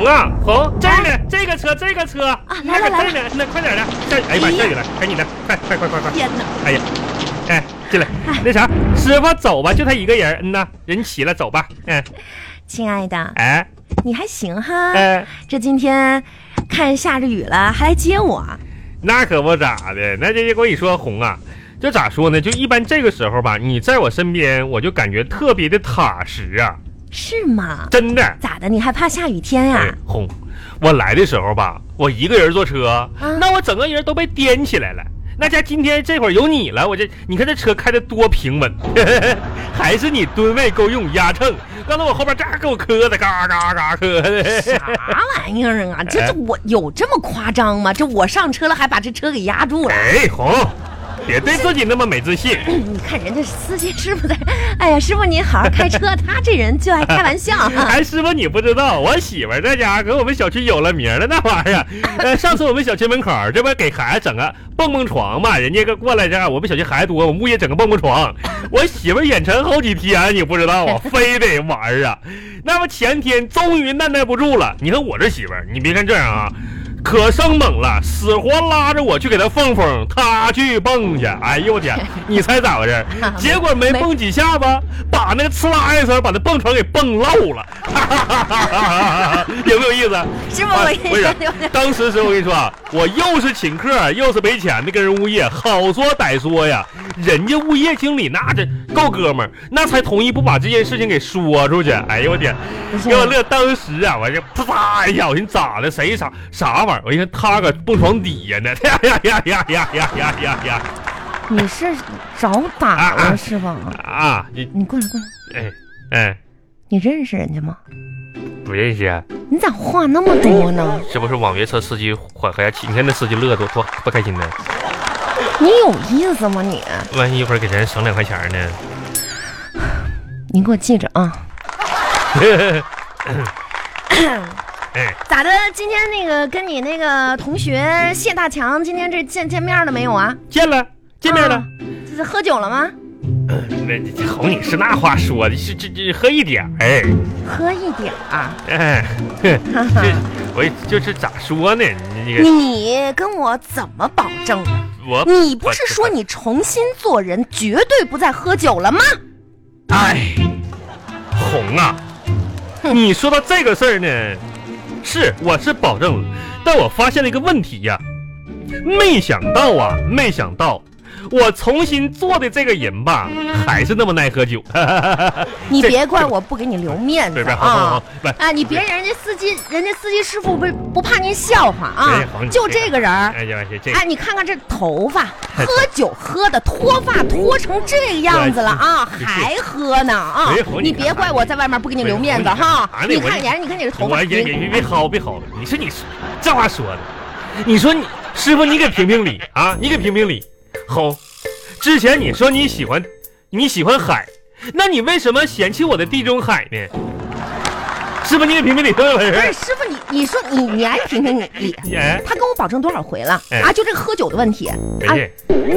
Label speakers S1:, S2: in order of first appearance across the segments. S1: 了，红，这儿呢，这个车，这个车，啊
S2: 来了来了
S1: 这儿呢，那快点儿的，下雨，哎呀妈，
S2: 哎呀
S1: 下雨了，赶紧的，快快快快快，
S2: 天哪！
S1: 哎呀，哎，进来，那啥，师傅走吧，就他一个人，嗯呐，人齐了，走吧，嗯，
S2: 亲爱的，
S1: 哎，
S2: 你还行哈？
S1: 哎，
S2: 这今天看下着雨了，还来接我，
S1: 那可不咋的，那这我跟你说，红啊。就咋说呢？就一般这个时候吧，你在我身边，我就感觉特别的踏实啊，
S2: 是吗？
S1: 真的。
S2: 咋的？你还怕下雨天呀、
S1: 哎，轰！我来的时候吧，我一个人坐车，那我整个人都被颠起来了。那家今天这会儿有你了，我这你看这车开的多平稳， 还是你吨位够用压秤。刚才我后边这儿给我磕的，嘎嘎嘎磕 的。
S2: 啥玩意儿啊？
S1: 哎
S2: 这这我有这么夸张吗？这我上车了还把这车给压住了。
S1: 哎，红，别对自己那么没自信。
S2: 你看人家司机师傅在，哎呀，师傅您好好开车， 他这人就爱开玩笑。
S1: 哎，师傅，你不知道，我媳妇儿在家给我们小区有了名儿了，那玩意儿。呃，上次我们小区门口儿，这不给孩子整个蹦蹦床嘛，人家个过来这样，我们小区孩子多，我物业整个蹦蹦床，我媳妇儿眼馋好几天，你不知道啊，非得玩儿啊。那么前天终于按耐不住了，你看我这媳妇儿，你别看这样啊。可生猛了，死活拉着我去给她放风，她去蹦去。哎呦我天，你猜咋回事儿？结果没
S2: 没
S1: 蹦几下吧，把那个呲啦一声把那蹦床给蹦漏了，有没有意思？
S2: 师傅，
S1: 啊
S2: 我
S1: 我跟你说，当时时候我跟你说啊，我又是请客，又是没钱的跟人物业，好说歹说呀，人家物业经理那这够哥们儿，那才同意不把这件事情给说出去。哎呦我天，
S2: 不是
S1: 给我乐！当时啊，我这啪嚓一下，我寻思咋的？谁啥啥玩意儿？我一看他搁蹦床底下呢， 呀呀呀呀呀呀呀呀呀！
S2: 你是找打
S1: 啊啊
S2: 了是吧？
S1: 啊，你
S2: 你过来过来，
S1: 哎哎，
S2: 你认识人家吗？
S1: 不认识啊？
S2: 你咋话那么多呢？
S1: 这不是网约车司机缓和下气？你看那司机乐多多多开心呢，
S2: 你有意思吗你？
S1: 万一一会儿给人省两块钱呢？
S2: 你给我记着啊。
S1: 哎，
S2: 咋的？今天那个跟你那个同学谢大强，今天这见见面了没有啊？
S1: 见了，见面了
S2: 啊。这是喝酒了吗？
S1: 嗯那这哄你是那话说的，是这这喝一点儿，哎
S2: 喝一点儿。
S1: 哎， 哼
S2: 哈哈
S1: 这我就是咋说呢？你这个
S2: 你跟我怎么保证？啊
S1: 我
S2: 你不是说你重新做人，绝对不再喝酒了吗？
S1: 哎，红啊，
S2: 哼
S1: 你说到这个事儿呢，是我是保证了，但我发现了一个问题呀、没想到啊，没想到。我重新做的这个人吧，还是那么爱喝酒。
S2: 你
S1: 这
S2: 别怪我不给你留面
S1: 对
S2: 子
S1: 不对？好好好
S2: 啊！，
S1: 来，
S2: 啊，你别人家司机，人家司机师傅不不怕您笑话啊
S1: 哎好你？
S2: 就这个人儿，
S1: 哎呀，这这个
S2: 哎，你看看这头发，
S1: 哎
S2: 喝酒喝的脱发脱成这个样子了啊，
S1: 对
S2: 还喝呢啊
S1: 哎红！
S2: 你
S1: 你看
S2: 别怪我在外面不给你留面子哈
S1: 哎！红
S2: 你
S1: 你看
S2: 看人家，你看你这头发
S1: 我，也也别别薅别薅，你说你说这话说的，你说你师傅你给评评理啊，你给评评理，吼！之前你说你喜欢你喜欢海，那你为什么嫌弃我的地中海呢？师傅你给评评理，怎么回
S2: 不是
S1: 事？
S2: 哎师傅，你你说你你还评评理。
S1: 哎，
S2: 他跟我保证多少回了
S1: 哎
S2: 啊？就这个喝酒的问题，
S1: 不
S2: 啊，
S1: 是，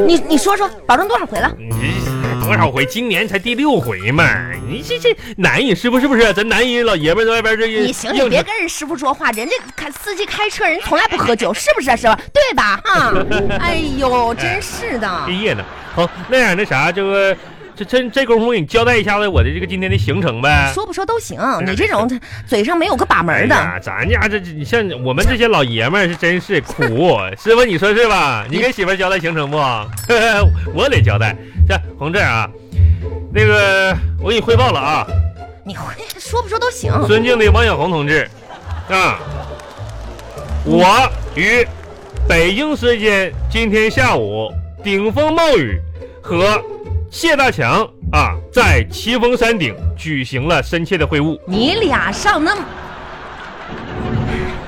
S2: 你你说说，保证多少回了？
S1: 你这多少回？今年才第六回嘛，你这这男人师傅是不是？咱男人老爷们儿在外边这
S2: 你行，你别跟人师傅说话，人家开司机开车，人从来不喝酒，是不是啊，师傅？对 吧？哈，哎呦，真是的
S1: 毕，业呢。好，那样那啥，这个这这这功夫我给你交代一下子我的这个今天的行程呗。
S2: 说不说都行，你这种嘴上没有个把
S1: 哎
S2: 门的，
S1: 呀，咱家这你像我们这些老爷们儿是真是苦，师傅你说是吧？你给媳妇儿交代行程不？ 我得交代。这红这样啊，那个我给你汇报了啊，
S2: 你会说不说都行。
S1: 尊敬的王小红同志，啊，我于北京时间今天下午顶风冒雨和谢大强啊在奇峰山顶举行了深切的会晤。
S2: 你俩上那么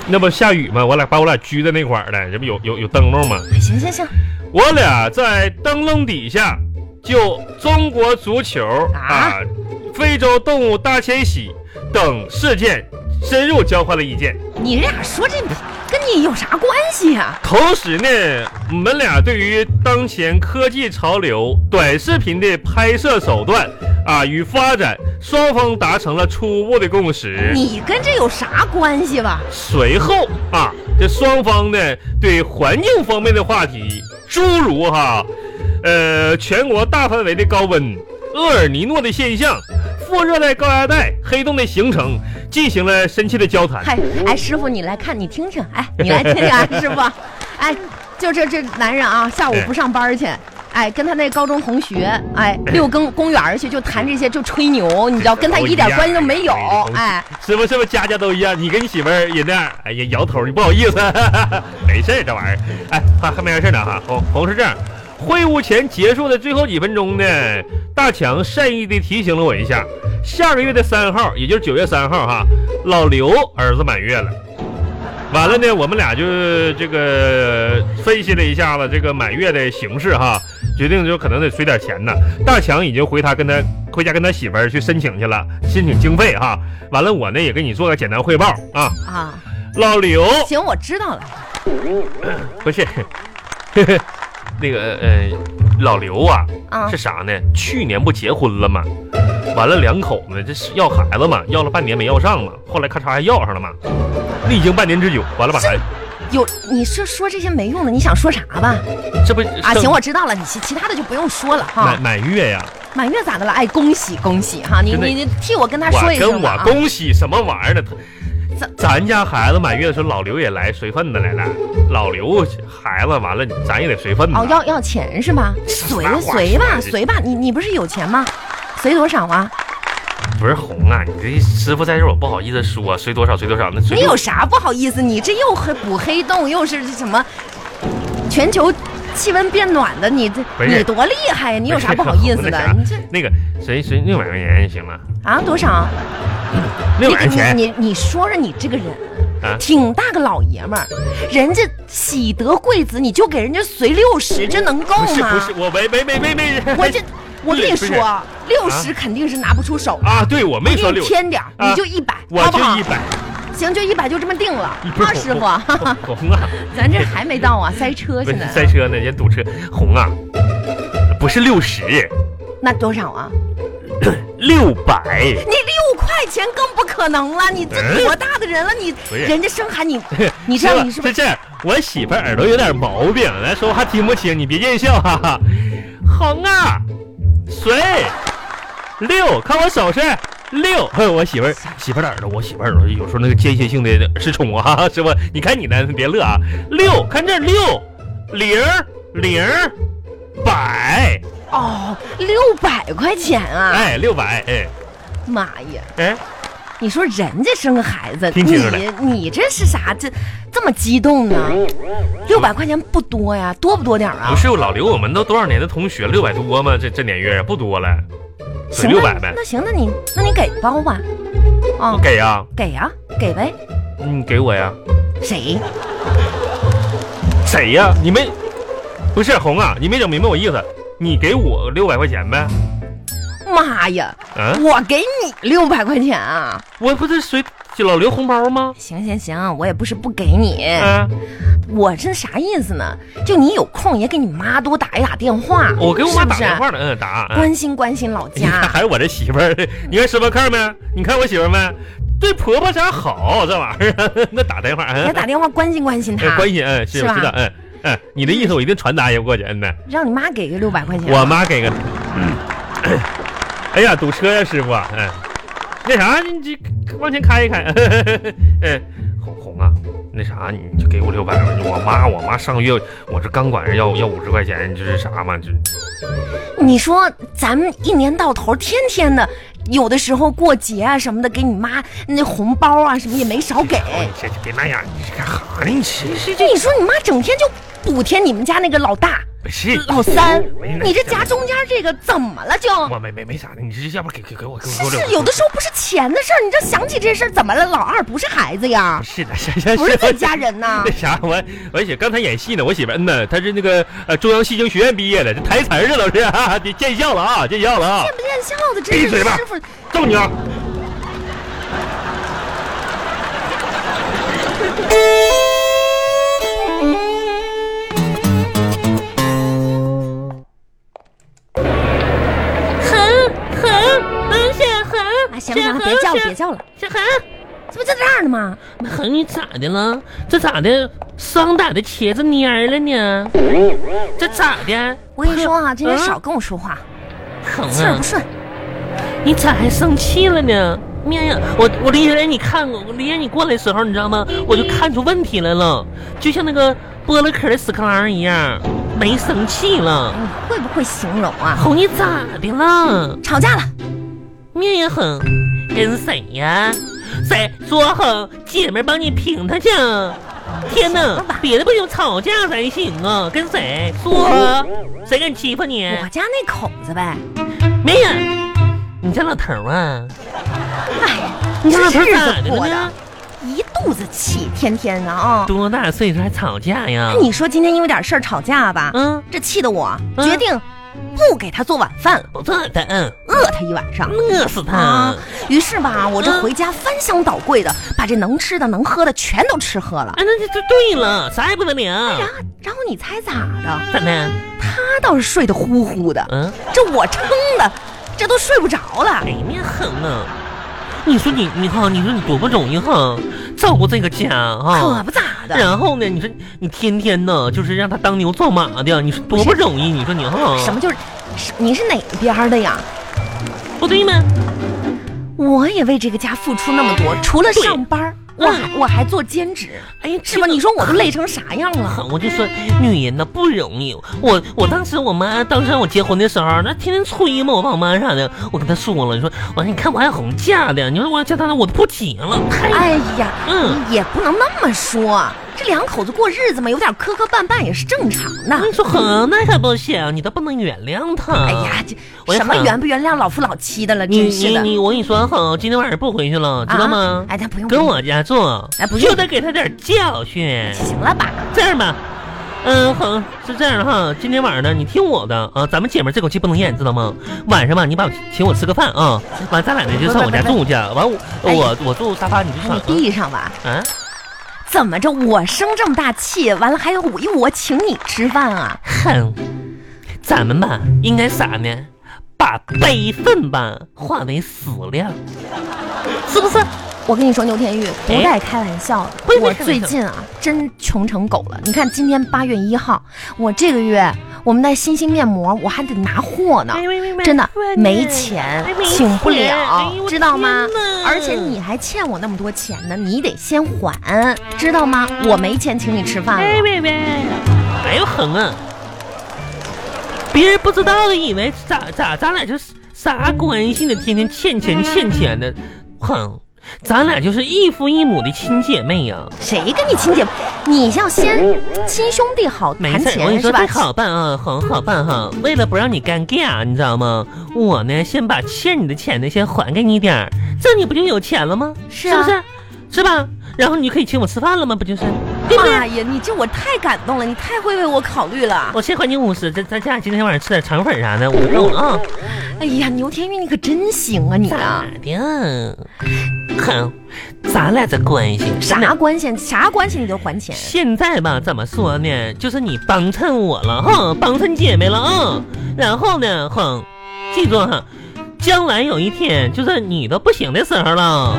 S1: 那不下雨吗？我俩把我俩拘在那块儿了，这不有有有灯笼吗？
S2: 哎行行行，
S1: 我俩在灯笼底下就中国足球啊
S2: 啊、
S1: 非洲动物大迁徙等事件深入交换了意见。
S2: 你俩说这跟你有啥关系呀、
S1: 同时呢，我们俩对于当前科技潮流、短视频的拍摄手段啊与发展，双方达成了初步的共识。
S2: 你跟这有啥关系吧？
S1: 随后啊，这双方呢对环境方面的话题，诸如哈，呃，全国大范围的高温、厄尔尼诺的现象、副热带高压带、黑洞的形成，进行了深切的交谈。
S2: 嗨，哎，师傅，你来看，你听听，哎，你来听听 啊，师傅，哎，就这这男人啊，下午不上班去。哎，跟他那高中同学，哎，遛公公园儿去，就谈这些，就吹牛，你知道，跟他哦一点关系都没有，哎，
S1: 是不是不是家家都一样？你跟你媳妇儿也那样，哎呀，摇头，你不好意思， 没事儿这玩意儿，哎，还还没完事儿呢哈。红红是这样，会晤前结束的最后几分钟呢，大强善意的提醒了我一下，下个月的三号，也就是九月三号哈，老刘儿子满月了。完了呢，我们俩就这个分析了一下子这个满月的形式哈，决定就可能得随点钱呢。大强已经回他跟他回家跟他媳妇儿去申请去了，申请经费哈。完了，我呢也给你做个简单汇报啊。
S2: 啊，
S1: 老刘
S2: 行，我知道了，
S1: 不是， 呵呵那个呃，老刘啊，
S2: 啊
S1: 是啥呢？去年不结婚了吗？完了，两口子这是要孩子嘛，要了半年没要上嘛，后来咔嚓还要上了嘛，历经半年之久，完了把孩子，
S2: 有，你是说这些没用的，你想说啥 吧？
S1: 这不
S2: 啊，
S1: 生
S2: 行，我知道了，你其其他的就不用说了哈
S1: 满。满月呀，
S2: 满月咋的了？哎，恭喜恭喜哈！你
S1: 真的
S2: 你你替我跟他说
S1: 我
S2: 一声
S1: 跟
S2: 吧
S1: 我
S2: 啊！
S1: 恭喜什么玩意儿呢？他
S2: 咱
S1: 咱家孩子满月的时候，老刘也来随份子来了。老刘孩子完了，咱也得随份子。
S2: 哦，要要钱是吧？随
S1: 啥话
S2: 随吧
S1: 说的
S2: 随吧，你你不是有钱吗？随多少啊？
S1: 不是红啊，你这师傅在这儿我不好意思说，随多少随多少，那随
S2: 你有啥不好意思？你这又黑补黑洞，又是什么全球气温变暖的？你这
S1: 不是
S2: 你多厉害呀！你有啥不好意思
S1: 那
S2: 的
S1: 啥？
S2: 你这
S1: 那个谁谁六百块钱行吗？
S2: 啊多少？
S1: 六百块钱
S2: 你你你你说说你这个人
S1: 啊。
S2: 挺大个老爷们儿，人家喜得贵子，你就给人家随六十，这能够吗？
S1: 不是不是，我没没没没没，
S2: 我这，我跟你
S1: 不是
S2: 说，六十肯定是拿不出手，
S1: 啊，对我没
S2: 我
S1: 说
S2: 给
S1: 六
S2: 你
S1: 十，
S2: 添点儿，
S1: 啊
S2: 你就一百，
S1: 我
S2: 好
S1: 就
S2: 不好
S1: 一？百。
S2: 行，就一百，就这么定了
S1: 你。不是
S2: 二师傅，
S1: 红 红红啊，
S2: 咱这还没到啊，塞车
S1: 不
S2: 现
S1: 是
S2: 在。
S1: 塞车呢，也堵车。红啊，不是六十，
S2: 那多少啊？
S1: 六百。
S2: 你六块钱更不可能了，你这
S1: 嗯
S2: 多大的人了， 你
S1: 不是
S2: 人家生孩 你，你知道你是不
S1: 是
S2: 是？
S1: 这样？我媳妇儿耳朵有点毛病，来说话听不清，你别见笑哈哈。红啊，谁？六，看我手势，六。 哼我媳妇儿媳妇儿的耳朵，我媳妇儿耳朵有时候那个间歇性的失宠啊，哈 哈是吧？你看你呢，别乐啊。六，看这六零零百，
S2: 哦，六百块钱啊！
S1: 哎，六百，哎
S2: 妈呀，
S1: 哎，
S2: 你说人家生个孩子，
S1: 听
S2: 你
S1: 清楚了
S2: 你这是啥？这这么激动呢？六百块钱不多呀，多不多点儿啊
S1: 不？是老刘，我们都多少年的同学，六百多吗？这这年月不多了，
S2: 行，
S1: 六
S2: 那
S1: 百呗
S2: 那，行，那你那你给包吧，啊、
S1: 我给呀、
S2: 给呀、给呗。
S1: 你给我呀。
S2: 谁？
S1: 谁呀？你没不是红啊？你没整明白我意思？你给我六百块钱呗？
S2: 妈呀，
S1: 啊，
S2: 我给你六百块钱啊！
S1: 我不是随老刘红包吗？
S2: 行行行，我也不是不给你，
S1: 啊，
S2: 我这啥意思呢？就你有空也给你妈多打一打电话，
S1: 我给我妈打
S2: 是不是
S1: 电话呢，嗯，打。嗯
S2: 关心关心老
S1: 你看，
S2: 家。
S1: 还有我这媳妇儿， 你看师傅看没？你看我媳妇儿没？对婆婆家好，这玩意儿 那打电话，
S2: 也
S1: 嗯，
S2: 打电话关心关心
S1: 哎
S2: 她，
S1: 关心，嗯，是
S2: 是吧
S1: 我知道，嗯嗯，你的意思我一定传达一下过去，嗯呐。
S2: 让你妈给个六百块钱。
S1: 我妈给个， 哎呀，堵车呀、师傅，嗯，那啥，你这往前开一开，嗯，红红啊，那啥，你就给我六百，我妈我妈上个月我这刚管人要要五十块钱，这是啥嘛？这
S2: 你说咱们一年到头天天的，有的时候过节啊什么的，给你妈那红包啊什么也没少给。
S1: 哎，你这这别那样，你这干哈呢？你这是
S2: 你说你妈整天就补贴你们家那个老大、
S1: 不是
S2: 老三，你这夹
S1: 家
S2: 中间这个怎么了就？
S1: 我没没没啥的，你这要不给给给我给我给
S2: 是
S1: 我
S2: 是，
S1: 六，
S2: 有的时候不是钱的事儿，你这想起这事儿怎么了？老二不是孩子呀
S1: 不，是的， 是是
S2: 不是自己家人呐
S1: 那。啥，我我姐刚才演戏呢，我媳妇儿嗯呐，她是那个呃中央戏剧学院毕业的，这台词儿这都是啊，得见笑了啊，见笑了啊
S2: 见，不见笑的，真
S1: 闭
S2: 是
S1: 嘴吧
S2: 师傅。
S1: 揍你啊！
S2: 哼哼，哎叫了，别叫了，
S3: 小韩，
S2: 这不就这样的吗？
S3: 那恒你咋的了？这咋的？伤打的茄子蔫儿了呢？这咋的？嗯
S2: 我跟你说啊，今天少跟我说话，
S3: 恒
S2: 气儿
S3: 啊
S2: 不，顺。
S3: 你咋还生气了呢？面呀，我我离开你看过，我离开你过来的时候，你知道吗？我就看出问题来了，就像那个剥了壳的屎壳郎一样，没生气了。
S2: 你嗯会不会形容啊？
S3: 哄你咋的了？
S2: 吵架了，
S3: 面也狠，跟谁呀？谁说好姐妹帮你平他去？天哪
S2: 行吧，
S3: 别的不行，吵架才行啊！跟谁
S2: 哦
S3: 说？谁敢欺负你？
S2: 我家那口子呗。
S3: 面呀，你家老头儿啊？
S2: 哎呀，
S3: 你家老头
S2: 这
S3: 儿
S2: 日
S3: 咋
S2: 子
S3: 的了
S2: 过
S3: 呢
S2: 的？一肚子气，天天的啊。
S3: 多大岁数还吵架呀
S2: 那？哎你说今天因为点事儿吵架吧？
S3: 嗯，
S2: 这气得我
S3: 嗯
S2: 决定不给他做晚饭了，
S3: 不错的，嗯
S2: 饿他一晚上。
S3: 饿死他
S2: 啊！，于是吧，我这
S3: 嗯
S2: 回家翻箱倒柜的，把这能吃的能喝的全都吃喝了。
S3: 哎，那就就对了，啥也不能领。
S2: 然后，然后你猜咋的？
S3: 咋的？
S2: 他倒是睡得呼呼的，
S3: 嗯。
S2: 这我撑的，这都睡不着了
S3: 哎。呀，面狠啊！你说你你哈，你说你多不容易哈，照顾这个家
S2: 可
S3: 哈。
S2: 不咋的，嗯
S3: 然后呢，你说你天天呢，就是让他当牛做马的，你说多不容易，你说你哈，
S2: 什么就是，是你是哪边儿的呀？
S3: 不对吗？
S2: 我也为这个家付出那么多，除了
S3: 嗯对
S2: 上班儿，
S3: 嗯
S2: 我还我还做兼职，
S3: 哎呀，
S2: 是吧？你说我都累成啥样了？
S3: 狠，我就说女人呢不容易。我我当时我妈当时让我结婚的时候，那天天催嘛，我爸我妈啥的，我跟她说了，你说我说你看我还哄嫁的，你说我要嫁他，我都不结了。太
S2: 哎呀，
S3: 嗯
S2: 也不能那么说，这两口子过日子嘛，有点磕磕绊绊也是正常的。
S3: 你说狠那可不行，你都不能原谅他。
S2: 哎呀，这
S3: 我也
S2: 什么
S3: 很
S2: 原不原谅老夫老妻的了，
S3: 啊你
S2: 真是
S3: 你
S2: 的。
S3: 你，我跟你说哈，今天晚上不回去了，知道吗？
S2: 哎，他不用
S3: 跟
S2: 不用
S3: 我家住，
S2: 哎不用
S3: 就得给他点教训。
S2: 行了吧？
S3: 这样吧，嗯，好，是这样哈，今天晚上呢，你听我的啊，咱们姐们这口气不能咽，知道吗？晚上吧，你把我请我吃个饭啊，完咱俩呢就上我家住去，啊完我
S2: 哎
S3: 我我住沙发，你就
S2: 你
S3: 上
S2: 闭上吧。
S3: 啊，
S2: 怎么着？我生这么大气，完了还要我一我请你吃饭啊？
S3: 哼，咱们吧应该啥呢？把悲愤吧化为食量，是不是？
S2: 我跟你说，牛天玉不
S3: 哎
S2: 带开玩笑的，
S3: 不是不
S2: 我
S3: 是开玩
S2: 最
S3: 笑
S2: 近啊，真穷成狗了。你看，今天八月一号，我这个月我们的新兴面膜我还得拿货
S3: 哎
S2: 呢，真的没钱，请不
S3: 哎
S2: 了，知道吗？而且你还欠我那么多钱呢，你得先还，知道吗？我没钱请你吃饭了，
S3: 啊哎呦恒啊！别人不知道的以为咋咋咱俩就是啥关系呢？天天欠钱欠钱的，哼！咱俩就是异父异母的亲姐妹呀、
S2: 谁跟你亲姐？你要先亲兄弟好
S3: 没
S2: 谈
S3: 事儿，我跟
S2: 钱
S3: 你说
S2: 是吧
S3: 这？好办啊，恒好办哈、为了不让你尴尬，你知道吗？我呢，先把欠你的钱呢，先还给你点儿，这你不就有钱了吗？
S2: 是啊
S3: 不是？是吧？然后你就可以请我吃饭了吗？不就是？对不对？
S2: 妈呀，你这我太感动了，你太会为我考虑了。
S3: 我先还你五十，咱咱家今天晚上吃点肠粉啥的，我够了啊。
S2: 哎呀，牛天玉，你可真行啊，你啊
S3: 咋！的？哼，咱俩这关系真
S2: 啥
S3: 的
S2: 关系？啥关系你都还钱？
S3: 现在吧，怎么说呢？就是你帮衬我了哈，帮衬姐妹了啊。然后呢，哼，记住哈，将来有一天就是你都不行的时候了，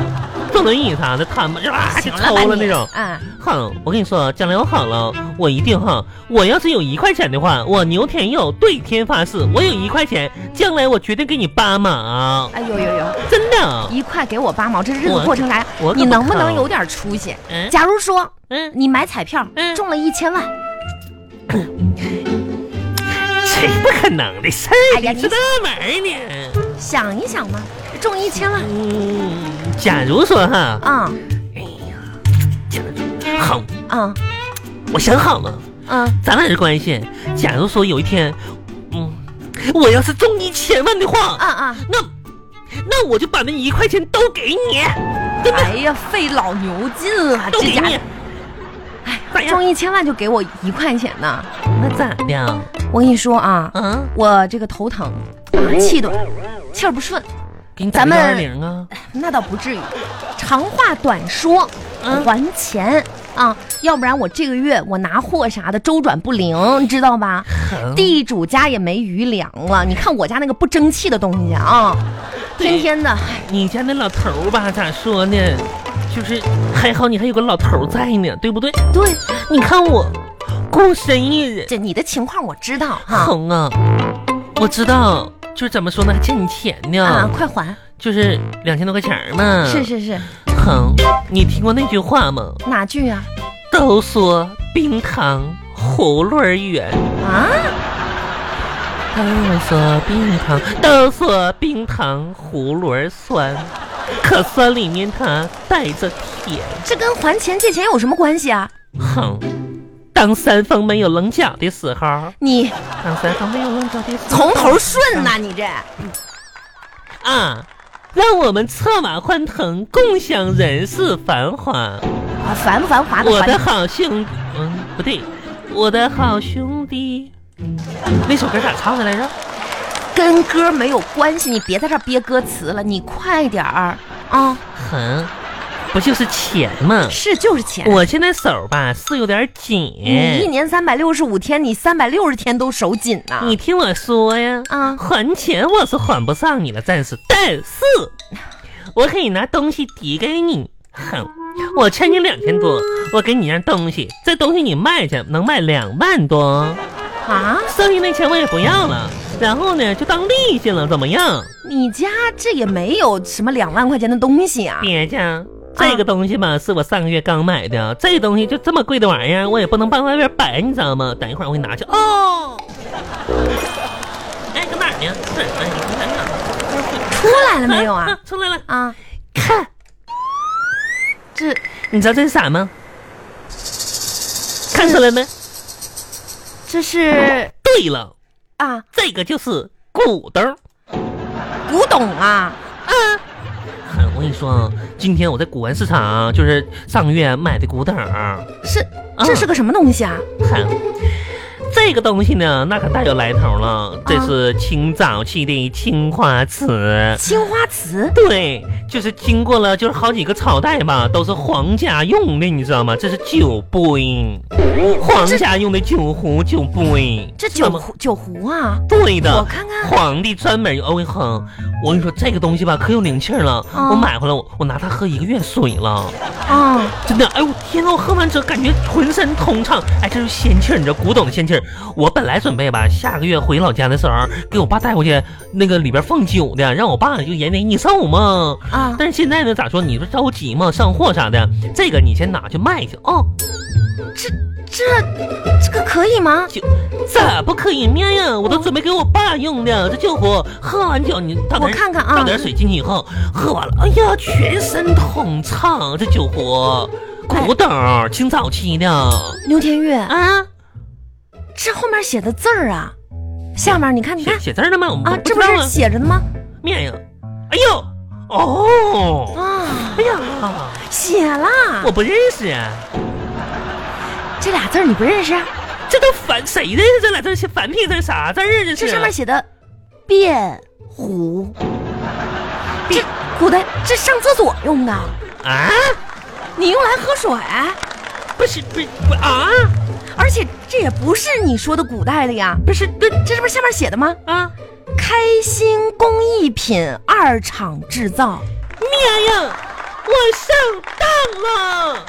S3: 坐轮椅啥的，他们就啊就抽了那种。
S2: 啊！
S3: 哼，我跟你说，将来我好了，我一定哈，我要是有一块钱的话，我牛天佑对天发誓，我有一块钱，将来我绝对给你八毛，
S2: 哎呦呦呦，
S3: 真的。
S2: 一块给我八毛，这日子过成啥样
S3: 我我？可不
S2: 你能不
S3: 看
S2: 能
S3: 哦
S2: 有点出息？
S3: 嗯
S2: 假如说
S3: 嗯。
S2: 你买彩票
S3: 嗯
S2: 中了一千万，
S3: 这不可能的事儿，
S2: 哎呀
S3: 你知道玩意儿呢？
S2: 想一想嘛，中一千万
S3: 嗯，假如说哈，
S2: 啊
S3: 哎呀，假如好，
S2: 啊
S3: 我想好了，
S2: 啊！
S3: 咱俩这关系，假如说有一天，嗯，我要是中一千万的话，
S2: 啊啊！
S3: 那那我就把那一块钱都给你，真的
S2: 哎呀，费老牛劲了，
S3: 都
S2: 这
S3: 给
S2: 家
S3: 你。哎
S2: 中一千万就给我一块钱呢。
S3: 那咋的啊？
S2: 我跟你说啊，
S3: 啊，
S2: 我这个头疼，啊气短，气儿不顺，
S3: 给你打
S2: 咱
S3: 幺
S2: 们
S3: 二零啊？
S2: 那倒不至于。长话短说，
S3: 嗯
S2: 还钱啊！要不然我这个月我拿货啥的周转不灵，你知道吧？
S3: 哼
S2: 地主家也没余粮了。你看我家那个不争气的东西啊，天天的，
S3: 你家那老头儿吧，咋说呢？就是还好你还有个老头儿在呢，对不对？
S2: 对，
S3: 你看我孤身一人，
S2: 这你的情况我知道哈。
S3: 哼啊，我知道，就是怎么说呢，还欠你钱呢，
S2: 啊，快还！
S3: 就是两千多块钱儿嘛。
S2: 是。是是，
S3: 哼，你听过那句话吗？
S2: 哪句啊？
S3: 都说冰糖葫芦儿圆，
S2: 啊，
S3: 都说冰糖，都说冰糖葫芦儿酸，可酸里面它带着甜。
S2: 这跟还钱借钱有什么关系啊？
S3: 哼，当三方没有棱角的时候，
S2: 你
S3: 当三方没有棱角的时候，
S2: 从头顺呐、你这
S3: 啊，让我们策马欢腾，共享人世繁华。
S2: 啊，繁不繁华的
S3: 我
S2: 繁
S3: 的好兄，嗯，不对，我的好兄弟，嗯，那首歌咋唱的来着？
S2: 跟歌没有关系，你别在这儿憋歌词了，你快点儿啊！
S3: 哼，不就是钱吗？
S2: 是就是钱。
S3: 嗯我现在手吧是有点紧，
S2: 你一年三百六十五天，你三百六十天都手紧呐、
S3: 你听我说呀，
S2: 啊
S3: 还钱我是还不上你了，暂时，但是我可以拿东西抵给你。哼，我欠你两千多，我给你样东西，这东西你卖去能卖两万多，
S2: 啊！
S3: 剩下那钱我也不要了，然后呢就当利息了，怎么样？
S2: 你家这也没有什么两万块钱的东西啊！
S3: 别介，这个东西吧，是我上个月刚买的，这东西就这么贵的玩意儿，我也不能放外边摆，你知道吗？等一会儿我给你拿去。哦，哎，搁哪儿呢？这儿，哎，你看哪
S2: 出来了没有 啊？？
S3: 出来了，
S2: 啊，
S3: 看，
S2: 这
S3: 你知道这是啥吗？看出来没？
S2: 这是
S3: 对了，
S2: 啊，
S3: 这个就是古董。
S2: 古董啊！
S3: 哼我跟你说啊，今天我在古玩市场，就是上个月买的古董。
S2: 是，这是个什么东西啊？
S3: 看，这个东西呢，那可大有来头了。这是清早期的青花瓷，
S2: 青花瓷
S3: 对，就是经过了就是好几个朝代吧，都是皇家用的，你知道吗？这是酒杯，皇家用的酒壶、酒杯，
S2: 这
S3: 知道
S2: 酒
S3: 吗
S2: 壶酒壶啊，
S3: 对的，
S2: 我看看
S3: 皇帝专门用。哎哼，我跟你说，这个东西吧，可有灵气儿了。
S2: 啊
S3: 我买回来，我我拿它喝一个月水了。
S2: 啊，
S3: 真的，哎呦天呐，我喝完之后感觉浑身通畅，哎，这是仙气儿，你知道古董的仙气儿。我本来准备吧，下个月回老家的时候给我爸带回去，那个里边放酒的，让我爸就延年益寿嘛。
S2: 啊
S3: 但是现在呢，咋说？你说着急嘛，上货啥的，这个你先拿去卖去哦。
S2: 这这个可以吗？
S3: 酒咋不可以面呀？我都准备给我爸用的，这酒壶喝完酒你倒
S2: 我
S3: 点
S2: 看看啊
S3: 倒点水进去以后，喝完了，哎呀，全身通畅，这酒
S2: 哎
S3: 壶。古董，清早期的
S2: 牛天月，
S3: 啊。
S2: 这后面写的字儿啊，下面你看你看
S3: 写写字儿呢吗？我们
S2: 啊，
S3: 不
S2: 这
S3: 知
S2: 不
S3: 道
S2: 是
S3: 啊。
S2: 写着呢吗？
S3: 面呀，哎呦，哦，
S2: 啊，
S3: 哎呀，
S2: 写
S3: 我
S2: 了，
S3: 不认识啊，
S2: 这俩字儿你不认识啊？
S3: 这都繁谁认识这俩字儿？写繁屁字儿啥字儿啊？这是
S2: 这上面写的变壶，这古代这上厕所用的，
S3: 啊？
S2: 你用来喝水，
S3: 不是不是不啊
S2: 而且这也不是你说的古代的呀，不是这这这不是下面写的吗？
S3: 啊！
S2: 开心工艺品二厂制造，
S3: 面呀，我上当了！